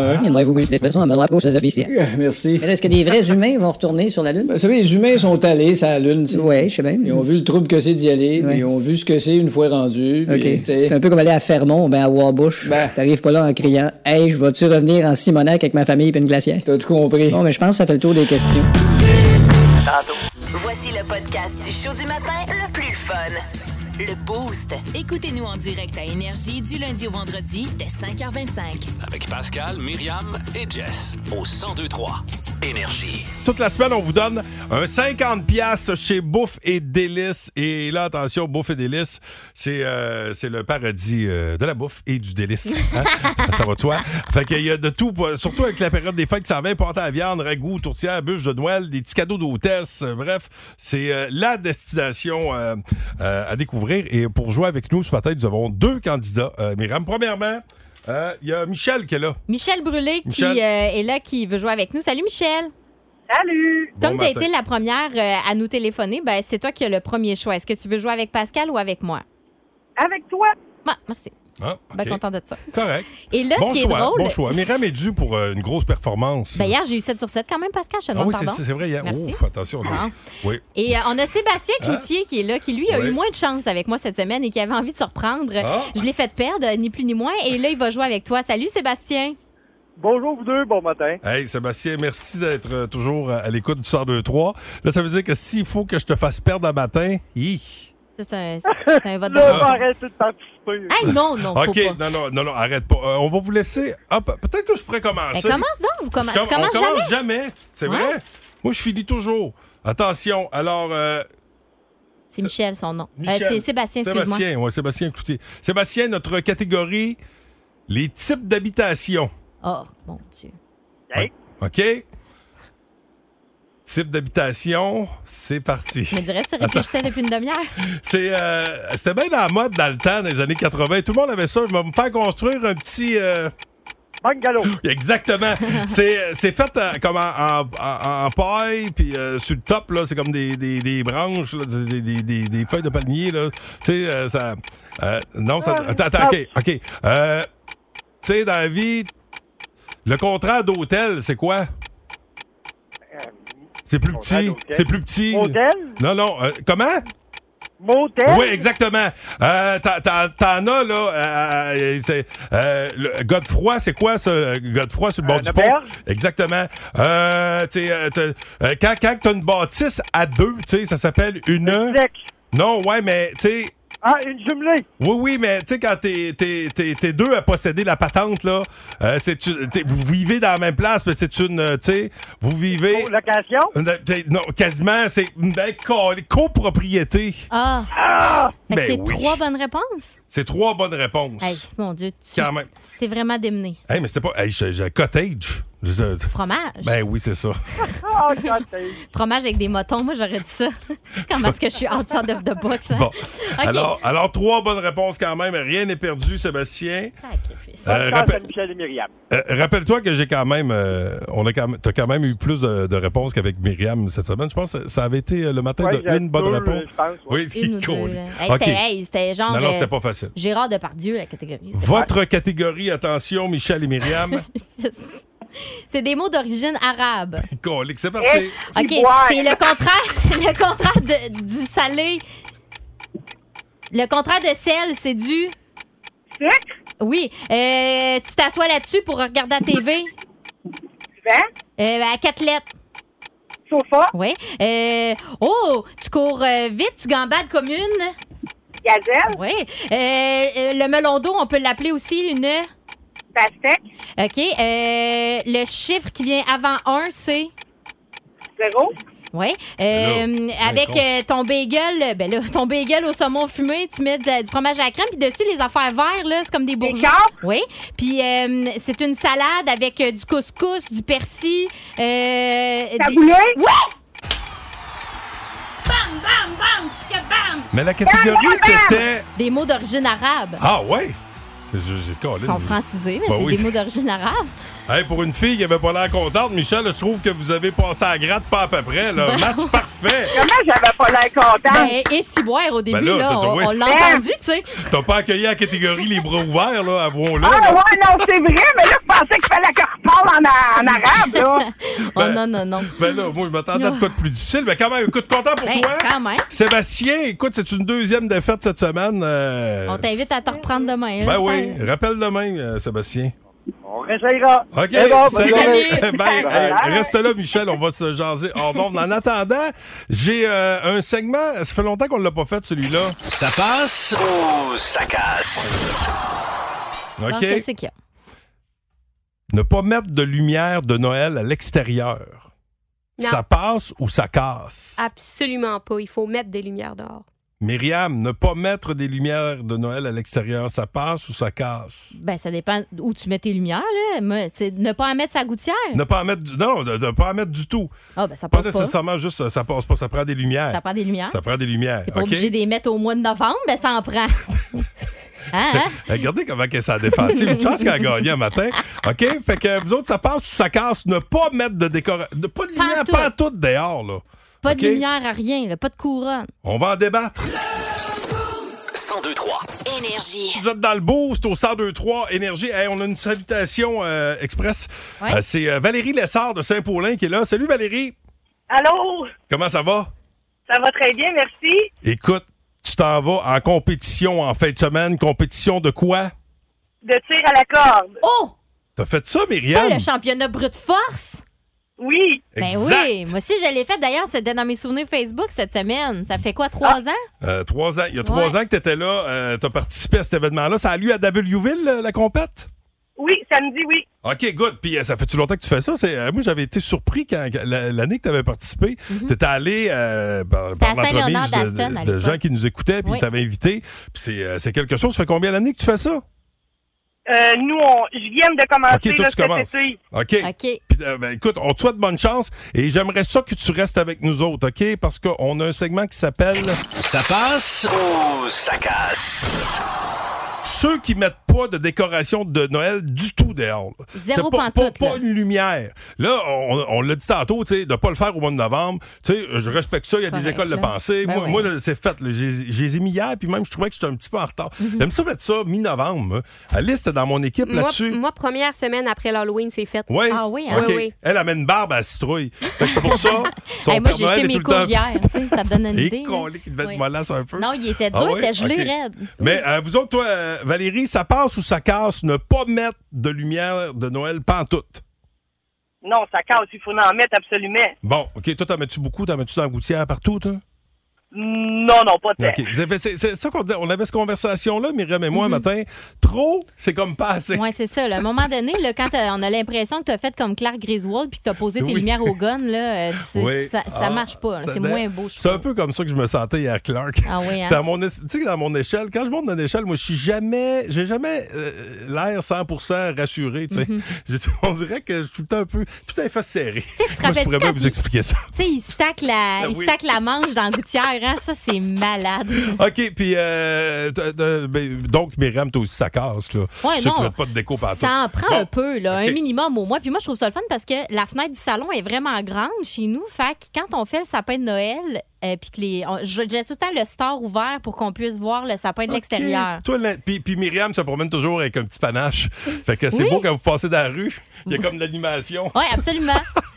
E: Il devrait vous mettre l'expression à ma droite gauche des officiers.
D: Euh, Merci. Ben,
E: Mais là, est-ce que des vrais humains vont retourner sur la Lune?
D: Vous savez, les humains sont allés sur la Lune. tu sais.
E: Oui, je sais bien.
D: Ils ont vu le trouble que c'est d'y aller, puis
E: Ouais.
D: ils ont vu ce que c'est une fois rendu. puis,
E: OK.
D: tu sais.
E: C'est un peu comme aller à Fermont, ben à Warbush. T'arrives pas là en criant Hey, je vais-tu revenir en Simonac avec ma famille et une glacière?
D: T'as tout compris.
E: Bon, mais je pense que ça fait le tour des questions.
A: Voici le podcast du show du matin le plus fun.
M: Le Boost. Écoutez-nous en direct à Énergie du lundi au vendredi dès 5h25.
B: Avec Pascal, Myriam et Jess au 1023 Énergie.
C: Toute la semaine, on vous donne un 50 pièces chez Bouffe et Délices. Et là, attention, Bouffe et Délices, c'est euh, c'est le paradis euh, de la bouffe et du délice. hein? ça va de soi. Fait qu'il y a de tout, pour- surtout avec la période des fêtes, ça va pâte à viande, ragoût, tourtière, bûche de Noël, des petits cadeaux d'hôtesse. Euh, Bref, c'est euh, la destination euh, euh, à découvrir. Et pour jouer avec nous ce matin, nous avons deux candidats. Euh, Myriam, premièrement, euh, il y a Michel qui est là.
F: Michel Brûlé,
C: Michel.
F: qui euh, est là, qui veut jouer avec nous. Salut, Michel.
I: Salut.
C: Bon
F: Comme tu as
C: matin.
F: été la première euh, à nous téléphoner, ben, c'est toi qui as le premier choix. Est-ce que tu veux jouer avec Pascal ou avec moi?
I: Avec toi.
F: Bon, merci.
C: Ah,
F: Bien
C: OK.
F: Ben, content de ça.
C: Correct.
F: Et là, ce
C: bon
F: qui est
C: choix,
F: drôle-
C: Bon choix. Myriam est due pour euh, une grosse performance.
F: Ben, hier, j'ai eu 7 sur 7 quand même, Pascal. Je te
C: ah
F: demande
C: oui, c'est-
F: pardon.
C: c'est c'est vrai. Hier.
F: Merci.
C: Ouf, attention. là.
F: Bon.
C: Oui.
F: Et euh, on a Sébastien
C: Ah.
F: Cloutier qui est là, qui lui a
C: Ouais.
F: eu moins de chance avec moi cette semaine et qui avait envie de se reprendre.
C: Ah.
F: Je l'ai fait perdre, euh, ni plus ni moins. Et là, il va jouer avec toi. Salut Sébastien.
N: Bonjour vous deux, bon matin.
C: Hey, Sébastien, merci d'être euh, toujours à- à l'écoute du 102-3. Là, ça veut dire que s'il faut que je te fasse perdre à matin, hi.
F: Ça, C'est un, c'est un vote de
C: Là, on va
N: arrêter de participer.
F: Hey, non, non, faut
C: OK,
F: pas.
C: non, non, non, non, arrête pas. Euh, on va vous laisser. Ah, pe- peut-être que je pourrais
F: Ben,
C: commencer.
F: commence donc. Vous commen-
C: Je
F: tu
C: com-
F: commences
C: on commence
F: jamais.
C: jamais. C'est
F: Ouais.
C: vrai? Moi, je finis toujours. Attention, alors... euh,
F: C'est Michel, son nom. Euh,
C: Michel.
F: c'est Sébastien, excuse-moi.
C: Sébastien, ouais, Sébastien, écoutez. Sébastien, notre catégorie, les types d'habitation.
F: Oh, mon Dieu.
C: OK? Type d'habitation, c'est parti.
F: Je me dirais, tu réfléchissais depuis une demi-heure.
C: C'est, euh, c'était bien dans la mode dans le temps, dans les années 80. Tout le monde avait ça. Je vais me faire construire un petit. euh, Exactement. c'est, euh, c'est fait euh, comme en, en- en- en paille, puis euh, sur le top, là, c'est comme des, des- des branches, là, des, des- des- des feuilles de palmier. Là. Tu sais, euh, ça. euh, non, ça. Attends, attends, OK. OK. Euh, tu sais, dans la vie, le contrat d'hôtel, c'est quoi? C'est plus petit. C'est plus petit. Euh, Motel? Non, non. euh, comment?
N: Motel?
C: Oui, exactement. Euh, t'en- t'en t'en as, là. euh, euh, c'est, euh, le Godefroy, c'est quoi, ça? le Godefroy, sur le bord du pont.
N: auberge?
C: Exactement. Euh, tu sais, euh, t'as- euh, quand quand t'as une bâtisse à deux, tu sais, ça s'appelle une. Non, ouais, mais, tu sais.
N: Ah, une jumelée!
C: Oui, oui, mais tu sais, quand t'es, t'es- t'es- t'es deux à posséder la patente, là, euh, c'est, une- t'sais, vous vivez dans la même place, mais c'est une, euh, tu sais, vous
F: Oh,
C: vivez... euh,
N: location?
C: Non, quasiment, c'est une belle co- copropriété.
F: Ah. Fait que
C: Ben
F: c'est
C: oui.
F: trois bonnes réponses.
C: C'est trois bonnes réponses.
F: Hey, mon Dieu, tu
C: Quand même.
F: t'es vraiment démené.
C: Hey, mais c'était pas. Hey, j'ai j'ai un cottage. Je- je-
F: Fromage.
C: Ben oui, c'est ça.
F: Fromage avec des motons, moi j'aurais dit ça. C'est Comment est-ce que je suis outside of the box? hein?
C: Bon.
F: OK.
C: Alors, alors, trois bonnes réponses quand même. Rien n'est perdu, Sébastien.
F: Sacrifice.
N: Bonne
C: Euh,
N: chance
C: rappel-
N: à Michel et Myriam.
C: Euh, Rappelle-toi que j'ai quand même. euh, on a quand même t'as quand même eu plus de, de réponses qu'avec Myriam cette semaine. Je pense que ça avait été euh, le matin
N: Ouais,
C: de
N: j'ai
C: une bonne
N: deux,
C: réponse.
N: euh, je pense, ouais.
C: Oui, c'est
F: Une ou deux,
C: cool.
F: là. Hey, c'était-
C: OK.
F: hey, c'était genre.
C: Non, non,
F: euh,
C: c'était pas facile.
F: Gérard Depardieu, la catégorie.
C: Votre catégorie, attention, Michel et Myriam.
F: C'est des mots d'origine arabe.
C: Colique, c'est
N: Eh!
C: parti.
F: OK, c'est le contraire, le contraire de- du salé. Le contraire de sel, c'est du. Oui. Euh, tu t'assois là-dessus pour regarder la TV. Euh, à quatre lettres. Sofa. Oui. Euh, oh, tu cours euh, vite, tu gambades comme une. Gazelle. Oui. Euh, euh, le melon d'eau, on peut l'appeler aussi une. Pastèque. OK. Euh, le chiffre qui vient avant 1, c'est. Zéro. Oui. Euh,
M: Ben là,
F: avec
M: ben con.
F: euh, ton bagel, ben là, ton bagel au saumon fumé, tu mets de- du fromage à la crème, puis dessus, les affaires vertes, là, c'est comme des bourgeons. Oui. Puis euh, c'est une salade avec euh, du couscous, du persil. Euh,
K: Taboulé?
F: Oui! Bam, bam, bam, chica, bam!
C: Mais la catégorie, c'était.
F: Des mots d'origine arabe.
C: Ah, ouais! C'est j'ai
F: Ils
C: colique.
F: sont francisés, mais
C: Ah, Ben
F: c'est
C: oui,
F: des mots d'origine arabe.
C: Hey, pour une fille qui avait pas l'air contente, Michel, je trouve que vous avez passé à la gratte pas à peu près. Là.
F: Ben
C: Match parfait.
F: Comment j'avais pas l'air content? Ben, et si boire au début,
C: Ben là,
F: là,
C: t'as-
F: on,
C: ouais.
F: on l'a entendu, tu sais.
C: T'as pas accueilli la catégorie les bras ouverts, là, avouons-le.
I: Ah
C: là.
I: ouais, non, c'est vrai, mais là, je pensais qu'il fallait que je reparle en, a- en arabe, là.
F: Oh non, non, non.
C: Ben là, moi, je m'attendais à de quoi de plus difficile, mais quand même, écoute, content pour
F: Ben,
C: toi.
F: quand même.
C: Sébastien, écoute, c'est une deuxième défaite cette semaine. euh,
F: On t'invite à te reprendre demain. là.
C: ben oui, rappelle demain, euh, Sébastien.
N: On réessayera.
C: OK,
N: C'est Eh bon, bonne
C: salut.
N: journée. Bye.
C: Bye. Hey, reste là, Michel, on va se jaser hors d'onde. En attendant, j'ai euh, un segment, ça fait longtemps qu'on l'a pas fait, celui-là.
B: Ça passe
K: Oh,
B: ou ça casse?
F: Alors,
C: OK.
F: qu'est-ce qu'il y a?
C: Ne pas mettre de lumière de Noël à l'extérieur.
G: Non.
C: Ça passe ou ça casse?
F: Ah.
G: Absolument pas. Il faut mettre des lumières dehors.
C: Myriam, ne pas mettre des lumières de Noël à l'extérieur, ça passe ou ça casse?
F: Ben, ça dépend où tu mets tes lumières, là. Moi, tu sais, ne pas en mettre sa gouttière.
C: Ne pas en mettre du, non, de, de pas en mettre du tout.
F: Ah, ben, ça
C: Pas
F: passe pas.
C: nécessairement juste euh, ça passe pas, ça prend des lumières.
F: Ça prend des lumières.
C: Ça prend des lumières.
F: T'es pas
C: OK?
F: obligé de les mettre au mois de novembre, mais ça en prend. hein, hein?
C: Eh, Regardez comment que ça a défoncé. Une chance qu'elle a gagné un matin. OK? Fait que vous autres, ça passe ou ça casse. Ne pas mettre de décor... de- Pas de lumière,
F: Pantoute.
C: pas toutes dehors, là.
F: Pas
C: OK?
F: de lumière à rien, là. Pas de couronne.
C: On va en débattre.
K: 1023.
M: Énergie.
C: Vous êtes dans le boost au 1023 Énergie. Hey, on a une salutation euh, express.
M: Ouais.
C: Euh, c'est euh, Valérie Lessard de Saint-Paulin qui est là. Salut Valérie.
O: Allô?
C: Comment ça va?
O: Ça va très bien, merci.
C: Écoute, tu t'en vas en compétition en fin de semaine. Compétition de quoi?
O: De tir à la corde.
F: Oh!
C: T'as fait ça,
F: Pas
C: Myriam?
F: le championnat brut force?
O: Oui.
F: Ben
C: Exact.
F: oui. Moi aussi, je l'ai fait. D'ailleurs, c'était dans mes souvenirs Facebook cette semaine. Ça fait quoi, trois ans?
C: Euh, trois ans. Il y a trois
F: Ouais.
C: ans que tu étais là. tu as participé à cet événement-là. Ça a lieu à Wville, euh, la compète?
O: Oui, samedi, oui.
C: OK, good. Puis euh, ça fait-tu longtemps que tu fais ça? C'est, euh, moi, j'avais été surpris quand, quand- la- l'année que tu avais participé. Tu étais allé euh, par,
F: Mhm. C'était
C: par
F: à
C: l'entremise
F: Saint-Léonard
C: de-
F: d'Aston, à
C: de,
F: l'époque.
C: gens qui nous écoutaient, puis
F: Oui.
C: tu t'avais invité. Puis c'est, euh, c'est quelque chose. Ça fait combien d'années que tu fais ça?
O: Euh, nous, on, je viens de commencer.
C: OK, toi,
O: là,
C: tu
O: cet
C: commences.
O: été.
C: OK. Puis, euh, ben, écoute, on te souhaite bonne chance et j'aimerais ça que tu restes avec nous autres, OK? Parce qu'on a un segment qui s'appelle
B: Ça passe ou ça casse?
C: Ceux qui mettent pas de décoration de Noël du tout dehors. là.
F: Zéro
C: C'est pas, pas,
F: pantoute,
C: pas une lumière. Là, on, on l'a dit tantôt, tu sais, de pas le faire au mois de novembre. Tu sais, je respecte ça, il y a des
B: Correct,
C: écoles de
B: là.
C: pensée.
B: Ben
C: moi,
B: ouais.
C: moi, là, c'est fait. là. J'ai- J'ai les ai mis hier, puis même, je trouvais que j'étais un petit peu en retard. J'aime ça mettre ça mi-novembre. moi. Alice, t'es dans mon équipe
G: Moi,
C: là-dessus.
G: moi, première semaine après l'Halloween, c'est fait.
C: Ouais. OK.
G: Oui, oui.
C: Elle amène une barbe à la citrouille. Fait que c'est pour ça. Son
F: Hey, moi,
C: Père
F: j'ai
C: Noël
F: jeté
C: est
F: mes
C: tout le temps-
F: cours hier. tu sais, ça te donne une
C: Et
F: idée. là.
C: collé qu'il devait être
F: Oui.
C: mollasse un peu.
F: Non, il était dur,
C: Ah
F: il
C: ouais?
F: était gelé
C: OK.
F: raide.
C: Mais euh, vous autres, toi, euh, Valérie, ça passe ou ça casse ne pas mettre de lumière de Noël pantoute?
O: Non, ça casse, il faut en mettre absolument.
C: Bon, OK, toi, t'en mets-tu beaucoup? T'en mets-tu dans la gouttière partout, toi?
O: Non, non, pas
P: Ben.
O: de
C: OK. Vous avez- C'est c'est ça qu'on disait. On avait cette conversation-là, Myriam et moi, un
F: Mm-hmm.
C: matin. Trop, c'est comme pas assez.
F: Oui, c'est ça. là. À un moment donné, là, quand t'as- on a l'impression que tu as fait comme Clark Griswold puis que tu as posé tes
C: Oui.
F: lumières au gun, là, euh, c'est-
C: Oui.
F: ça, ça
C: Ah,
F: marche pas. là.
C: ça
F: C'est
C: dé-
F: moins beau. je
C: C'est un peu comme ça que je me sentais hier, Clark.
F: Ah oui, hein?
C: Dans mon, es- tu sais, dans mon échelle, quand je monte dans l'échelle, moi, je suis jamais, j'ai jamais euh, l'air 100% rassuré, tu sais. Je- On dirait que je suis tout le temps un peu, tout à fait serré.
F: sais, Mm-hmm. tu
C: moi,
F: te
C: je
F: rappelles-tu
C: pourrais pas
F: quand
C: vous
F: il-
C: expliquer ça.
F: Tu sais, il stack la,
C: Ben
F: il
C: oui.
F: stack la manche dans la gouttière, hein? Ça, c'est malade.
C: OK, puis euh, t- t- ben, donc, Myriam, toi aussi, ça casse, là.
F: Ouais,
C: Ceux
F: non.
C: qui mettent pas de déco partout.
F: Ça en prend
C: Bon,
F: un peu, là,
C: OK.
F: un minimum au moins. Puis moi, je trouve ça le fun parce que la fenêtre du salon est vraiment grande chez nous. Fait que quand on fait le sapin de Noël, euh, puis que les. on- je laisse tout le temps le store ouvert pour qu'on puisse voir le sapin de l'extérieur.
C: Toi, la- puis, puis Myriam se promène toujours avec un petit panache. Fait que c'est
F: Oui.
C: beau quand vous passez dans la rue. Il y a comme de l'animation.
F: Oui, absolument.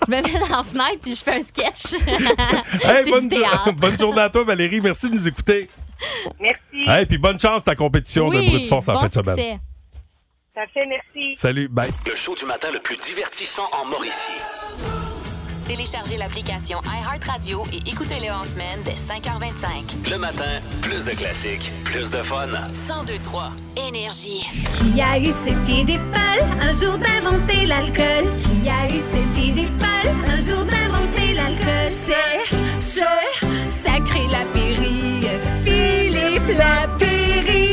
F: je me mets dans la fenêtre puis je fais un sketch.
C: Hey,
F: C'est
C: bonne,
F: du théâtre.
C: bonne journée à toi, Valérie. Merci de nous écouter.
O: Merci.
C: Hey, puis bonne chance ta compétition de brut de force en
O: bon
C: fin de semaine.
O: succès. Ça fait, merci.
C: Salut, bye.
K: Le show du matin le plus divertissant en Mauricie.
M: Téléchargez l'application iHeartRadio et écoutez-le en semaine dès 5h25.
K: Le matin, plus de classiques, plus de fun.
M: 1023 Énergie.
Q: Qui a eu cette idée folle un jour d'inventer l'alcool? Qui a eu cette idée folle un jour d'inventer l'alcool? C'est ce sacré Lapéry, Philippe Lapéry.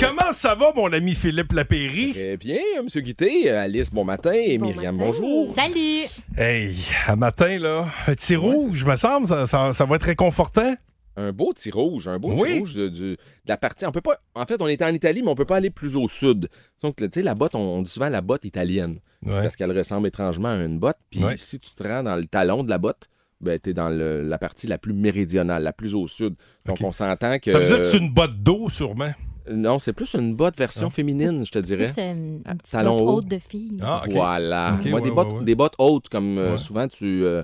C: Comment ça va, mon ami Philippe Lapéry?
R: Très bien, M. Guité. Alice, bon matin. Et Myriam, bonjour.
F: Salut!
R: Hein?
C: Hey, un matin, là, un petit rouge, me semble, ça, ça- ça va être réconfortant.
R: Un beau petit rouge, un beau petit
C: Oui.
R: rouge de, du- de la partie. On peut pas. En fait, on est en Italie, mais on peut pas aller plus au sud. Donc, tu sais, la botte, on, on dit souvent la botte italienne. C'est
C: Ouais.
R: Parce qu'elle ressemble étrangement à une botte. Puis si tu te rends dans le talon de la botte, ben, tu es dans le- la partie la plus méridionale, la plus au sud. Donc, on s'entend que.
C: Ça veut dire que c'est une botte d'eau, sûrement.
R: Non, c'est plus une botte version
C: Ah.
R: féminine, je te dirais.
F: Plus, euh, une petite
R: Talon
F: botte
R: haut.
F: haute de fille.
R: Voilà.
C: Ah, Ok,
R: Moi,
C: ouais,
R: des,
C: ouais,
R: bottes,
C: ouais.
R: des bottes hautes, comme euh,
C: Ouais.
R: souvent tu euh,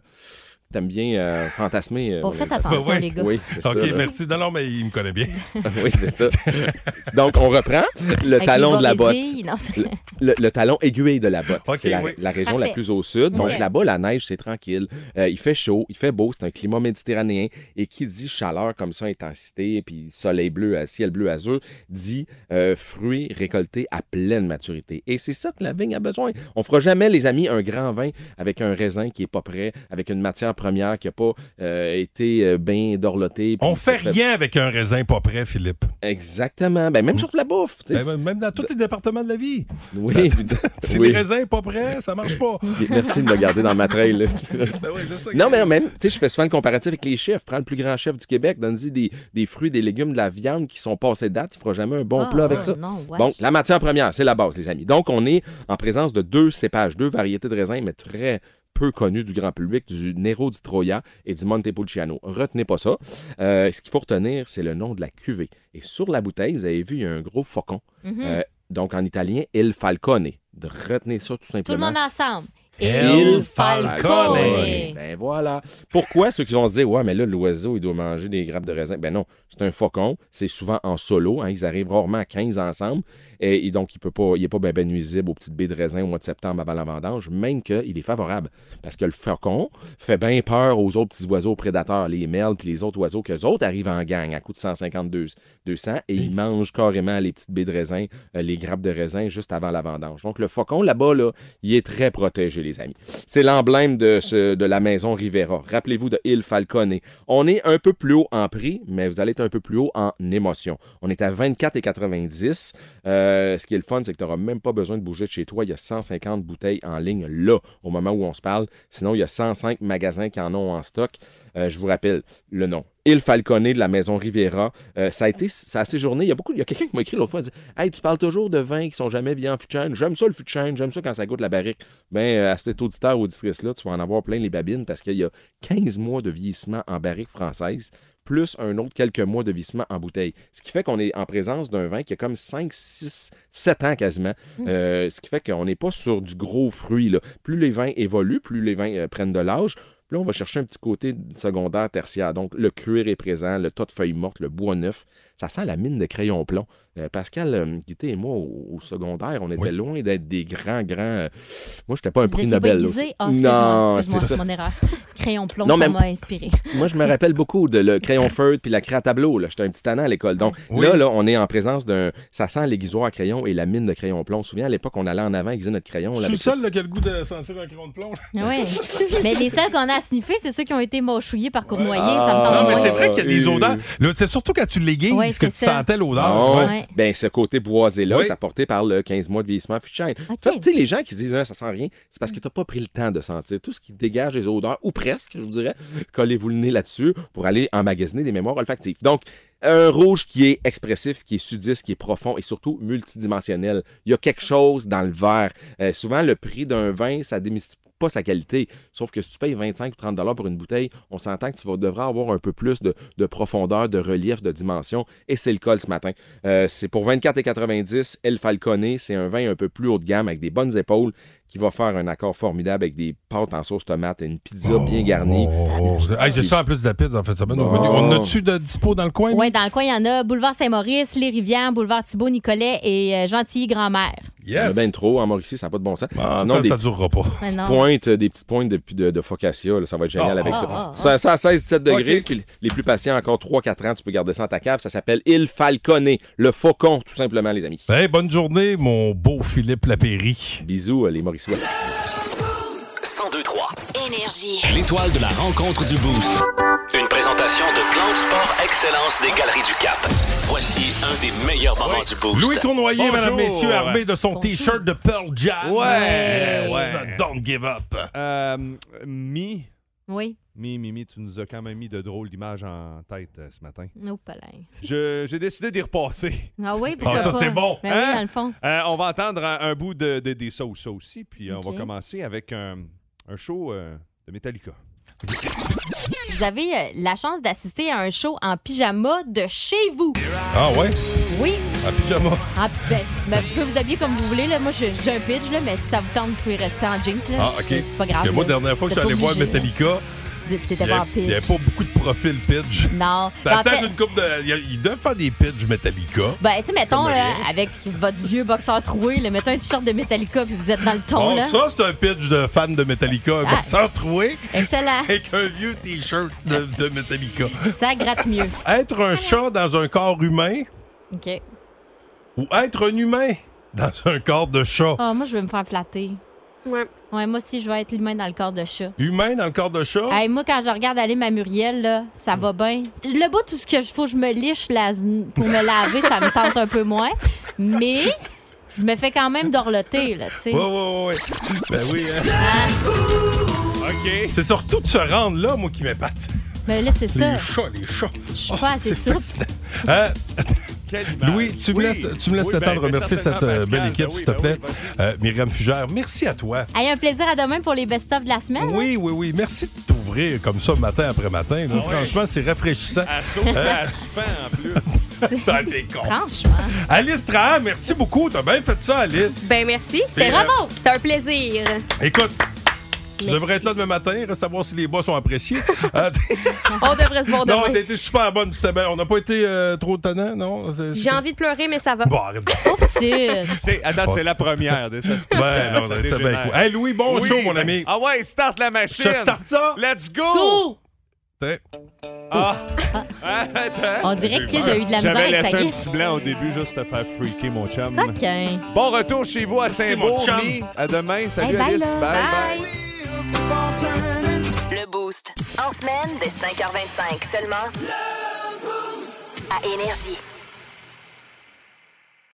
R: aimes bien euh, fantasmer. euh,
F: Bon,
R: dans
F: faites
R: les bottes.
F: attention, les gars.
R: Oui, c'est
C: OK,
R: ça, là.
C: merci. Non, non, mais il me connaît bien.
R: oui, c'est ça. Donc, on reprend le
F: Avec les
R: talon de la botte.
F: barésilles, non, c'est-
R: Le, le- le talon aiguille de la botte. c'est la,
F: oui.
R: la région
F: Parfait.
R: la plus au sud. Donc
F: Ouais.
R: là-bas, la neige, c'est tranquille. Euh, il fait chaud, il fait beau, c'est un climat méditerranéen. Et qui dit chaleur comme ça, intensité, puis soleil bleu, euh, ciel bleu azur, dit euh, fruits récoltés à pleine maturité. Et c'est ça que la vigne a besoin. On fera jamais, les amis, un grand vin avec un raisin qui est pas prêt, avec une matière première qui n'a pas euh, été euh, bien dorlotée. puis
C: On fait
R: qui a
C: rien avec un raisin pas prêt, Philippe.
R: Exactement. Ben, même chose pour la bouffe. tu sais.
C: Ben, même dans tous les départements de la vie. Ben,
R: Oui,
C: Si
R: oui.
C: le raisin est pas prêt, ça marche pas. Ben
R: Merci de me garder dans ma trail. là.
C: ça
R: non, mais même, tu sais, je fais souvent le comparatif avec les chefs. Prends le plus grand chef du Québec, donne-y des, des fruits, des légumes, de la viande qui sont passés de date. Il ne fera jamais un bon
F: Ah,
R: plat avec
F: ah,
R: ça.
F: non, wesh.
R: bon, la matière première, c'est la base, les amis. Donc, on est en présence de deux cépages, deux variétés de raisins, mais très peu connu du grand public, du Nero di Troia et du Montepulciano. Retenez pas ça. Euh, ce qu'il faut retenir, c'est le nom de la cuvée. Et sur la bouteille, vous avez vu, il y a un gros faucon.
F: Mhm.
R: Euh, donc en italien, Il Falcone. De- Retenez ça tout
F: Tout le
R: simplement.
F: monde ensemble.
R: Il
F: Falcone.
R: Ben voilà. Pourquoi ceux qui vont se dire, ouais, mais là, l'oiseau, il doit manger des grappes de raisin? Ben non, c'est un faucon. C'est souvent en solo. hein. Ils arrivent rarement à 15 ensemble. Et, et donc, il peut pas, il n'est pas ben, ben nuisible aux petites baies de raisin au mois de septembre avant la vendange, même qu'il est favorable. Parce que le faucon fait bien peur aux autres petits oiseaux prédateurs, les merles puis les autres oiseaux qu'eux autres arrivent en gang à coût de 152, 200 et ils mangent carrément les petites baies de raisin, euh, les grappes de raisin juste avant la vendange. Donc, le faucon, là-bas, là, il est très protégé, les amis. C'est l'emblème de, ce- de la maison Rivera. Rappelez-vous de Il Falcone. On est un peu plus haut en prix, mais vous allez être un peu plus haut en émotion. On est à 24,90. Euh, ce qui est le fun, c'est que tu n'auras même pas besoin de bouger de chez toi. Il y a 150 bouteilles en ligne là, au moment où on se parle. Sinon, il y a 105 magasins qui en ont en stock. Euh, je vous rappelle le nom. Il Falconet de la Maison Riviera. Euh, ça a été, ça a séjourné. Il y a beaucoup, il y a quelqu'un qui m'a écrit l'autre fois, il dit Hey, tu parles toujours de vins qui sont jamais bien en fût de chêne. J'aime ça le fût de chêne, j'aime ça quand ça goûte la barrique. Ben, euh, à cet auditeur, auditrice-là, tu vas en avoir plein les babines parce qu'il y a 15 mois de vieillissement en barrique française plus un autre quelques mois de vieillissement en bouteille. Ce qui fait qu'on est en présence d'un vin qui a comme 5, 6, 7 ans quasiment.
F: Mm.
R: Euh, ce qui fait qu'on n'est pas sur du gros fruit. là. Plus les vins évoluent, plus les vins euh, prennent de l'âge, puis là, on va chercher un petit côté secondaire, tertiaire. Donc, le cuir est présent, le tas de feuilles mortes, le bois neuf. Ça sent la mine de crayon plomb. Euh, Pascal, euh, Guité et moi, au, au secondaire, on était loin d'être des grands, grands. euh, Moi, je n'étais pas un
F: Vous
R: prix
F: étiez pas
R: Nobel. là.
F: aiguisé? Ah, excuse-moi, excuse-moi,
R: c'est
F: c'est
R: ça.
F: mon erreur. Crayon plomb,
R: Non, mais-
F: ça m'a inspiré.
R: Moi, je me rappelle beaucoup de le crayon feutre puis la craie à tableau. là. J'étais un petit tannant à l'école. Donc là, là, on est en présence d'un. Ça sent l'aiguisoir à crayon et la mine de crayon plomb. Souviens, à l'époque, on allait en avant aiguiser notre crayon. on
C: Je suis
R: l'avait-
C: le seul là, qui a le goût de sentir un crayon de plomb. là.
F: Ouais. mais les seuls qu'on a à sniffer, c'est ceux qui ont été mâchouillés par Cournoyer. Ça me
R: Ah,
F: tente
C: Non, mais
F: moins.
C: c'est vrai qu'il y a des
R: euh,
C: odeurs. Là, C'est surtout quand tu l'aiguilles
F: Ouais,
C: que tu
F: c'est ça.
C: sentais l'odeur.
R: Non.
C: Ouais.
R: Ben, ce côté boisé-là
C: Oui.
R: est apporté par le 15 mois de vieillissement Fuchsine. Tu sais, les gens qui se disent Ah, ça sent rien, c'est parce que tu n'as pas pris le temps de sentir tout ce qui dégage les odeurs, ou presque, je vous dirais. Collez-vous le nez là-dessus pour aller emmagasiner des mémoires olfactives. Donc, un rouge qui est expressif, qui est sudiste, qui est profond et surtout multidimensionnel. Il y a quelque chose dans le verre. Euh, souvent, le prix d'un vin, ça démystifie pas sa qualité. Sauf que si tu payes 25 ou 30 dollars pour une bouteille, on s'entend que tu vas, devras avoir un peu plus de, de profondeur, de relief, de dimension. Et c'est le cas ce matin. Euh, c'est pour 24,90 El Falcone. C'est un vin un peu plus haut de gamme avec des bonnes épaules qui va faire un accord formidable avec des pâtes en sauce tomate et une pizza
C: Oh,
R: bien garnie. Oh.
C: Hey, j'ai ça en plus de la pizza en fait. Ça va, nous, On a-tu de dispo dans le coin?
F: Ouais, dans le coin, il y en a Boulevard Saint-Maurice, Les Rivières, Boulevard Thibault, Nicolet et euh, Gentilly Grand-Mère.
R: Il y en a bien trop. En Mauricie, ça n'a pas de bon sens. Sinon,
C: Ah, ça,
R: des
C: ça durera pas.
F: Mais
R: petites
F: non. Ah,
R: pointes, euh, des petites pointes de, de, de focaccia, là, ça va être génial
C: Ah,
R: avec
C: ah,
R: ça.
C: ah, ah.
R: ça. Ça à 16-17 degrés,
C: Ok.
R: puis les plus patients, encore 3-4 ans, tu peux garder ça dans ta cave. Ça s'appelle Il Falconé, le faucon, tout simplement, les amis.
C: Hey, bonne journée, mon beau Philippe Lapéry.
R: Bisous, euh, les Mauriciois.
K: 1023.
M: Énergie.
B: L'étoile de la rencontre du Boost.
K: Une présentation de Plan de Sport Excellence des Galeries du Cap. Voici un des meilleurs moments du Boost.
C: Louis Tournoyer,
K: Bonjour.
C: mesdames, messieurs, armé de son T-shirt de Pearl Jam.
S: Ouais.
C: Yes,
S: Ouais.
C: Don't give up.
S: Euh, Mi.
F: Oui.
S: Mi, Mi, Mi, tu nous as quand même mis de drôles d'images en tête euh, ce matin.
F: Nope, palais.
S: Je- J'ai décidé d'y repasser.
F: Oh, Ah oui, pourquoi
S: Ah, ça,
F: pas?
S: c'est bon.
F: Ben
S: Hein?
F: oui, dans le fond.
S: Euh, on va entendre un, un bout de, de- des sauces ça aussi, puis euh, on
F: Ok.
S: va commencer avec un, un show euh, de Metallica.
F: Vous avez euh, la chance d'assister à un show en pyjama de chez vous.
C: Ah ouais?
F: Oui.
C: En pyjama.
F: Ah, ben, ben, vous pouvez vous habiller comme vous voulez. Là. Moi, je- j'ai un pitch, là, mais si ça vous tente, vous pouvez rester en jeans. Là.
C: Ah,
F: C'est-
C: OK.
F: C'est pas grave.
C: Parce que moi,
F: là.
C: dernière fois que je
F: C'est
C: suis allé
F: pas
C: voir
F: obligé, là.
C: Metallica,
F: Vous étiez-
C: il n'y
F: T'étais pas en
C: avait
F: pitch.
C: pas beaucoup de profils pitch.
F: Non. Ben, en
C: Ben,
F: fait-
C: peut-être une coupe de. il y a- Ils doivent faire des pitchs Metallica.
F: Ben, tu sais, mettons,
C: comme
F: là,
C: rien.
F: avec votre vieux boxeur troué, là, mettons un t-shirt de Metallica, puis vous êtes dans le ton,
C: Oh,
F: là.
C: ça, c'est un pitch de fan de Metallica.
F: Ah.
C: On s'en trouver
F: Excellent.
C: avec un vieux T-shirt de, de Metallica.
F: Ça gratte mieux.
C: Être
F: Ah.
C: un chat dans un corps humain
F: OK.
C: ou être un humain dans un corps de chat.
F: Ah, moi, je vais me faire flatter. Ouais. Ouais, moi aussi, je vais être l'humain dans le corps de chat.
C: Humain dans le corps de
S: Oh.
C: chat?
F: Hey, moi, quand je regarde aller ma Muriel, là, ça va bien. Le bout, tout ce que je faut que je me liche la- pour me laver, ça me tente un peu moins. Mais je me fais quand même dorloter, là, tu sais.
C: Ouais, ouais, ouais, ouais. Ben oui, hein. OK. C'est surtout de se rendre là, moi, qui m'épate.
F: Mais là, c'est ça.
C: Les chats, les chats.
F: Je suis pas assez souple.
C: Oh, Hein? Louis, tu me
F: Oui.
C: laisses, tu me laisses
F: Oui,
C: le
F: ben,
C: temps de
F: ben,
C: remercier cette
F: certainement,
C: euh,
F: Pascal,
C: belle
F: ben
C: équipe,
F: oui,
C: s'il te
F: ben
C: plaît. Euh, Myriam Fugère, merci à toi.
F: Hey, un plaisir à demain pour les best-of de la semaine. hein?
C: Oui, oui, oui. Merci de t'ouvrir comme ça matin après matin. là.
F: Ah ouais. Ah,
C: Franchement, c'est rafraîchissant. Euh,
S: en plus.
C: T'as des cons.
F: Franchement.
C: Alice Trahan, merci beaucoup. T'as bien fait ça, Alice.
G: Ben merci,
C: Puis,
G: c'était
C: euh,
G: vraiment, c'était un plaisir.
C: Écoute, tu devrais être là demain matin, reste à voir si les bas sont appréciés. Euh, t-
G: On devrait se
S: Oh,
G: voir
S: ben
C: non,
G: demain.
C: t'as été super bonne. c'était bien. On n'a pas été euh, trop tannant, non? C'est-
G: J'ai envie de pleurer, mais ça va.
C: Bon, arrête.
S: C'est, attends, c'est la première. de- Ça, se-
C: Ben,
S: ça-
C: non,
S: ça
C: c'était bien
S: dégénère.
C: cool. Hey, Louis, bon show,
F: ben,
C: mon ami.
S: Ah ouais, start la machine.
C: Je starte ça. Hein?
S: Let's go.
C: T'es-
S: Ah. Attends.
F: On dirait que Kev a eu de la misère avec
S: J'avais
F: sa
S: laissé un
F: guitare.
S: petit blanc au début juste te faire freaker, mon chum.
F: OK.
S: Bon retour chez vous à Saint-Beau.
F: mon chum.
S: Mi. À demain. Salut
T: Hey, bye,
S: Alice.
T: là.
S: Bye.
T: Bye.
S: bye.
A: Le Boost. En semaine, dès 5h25 seulement. À Énergie.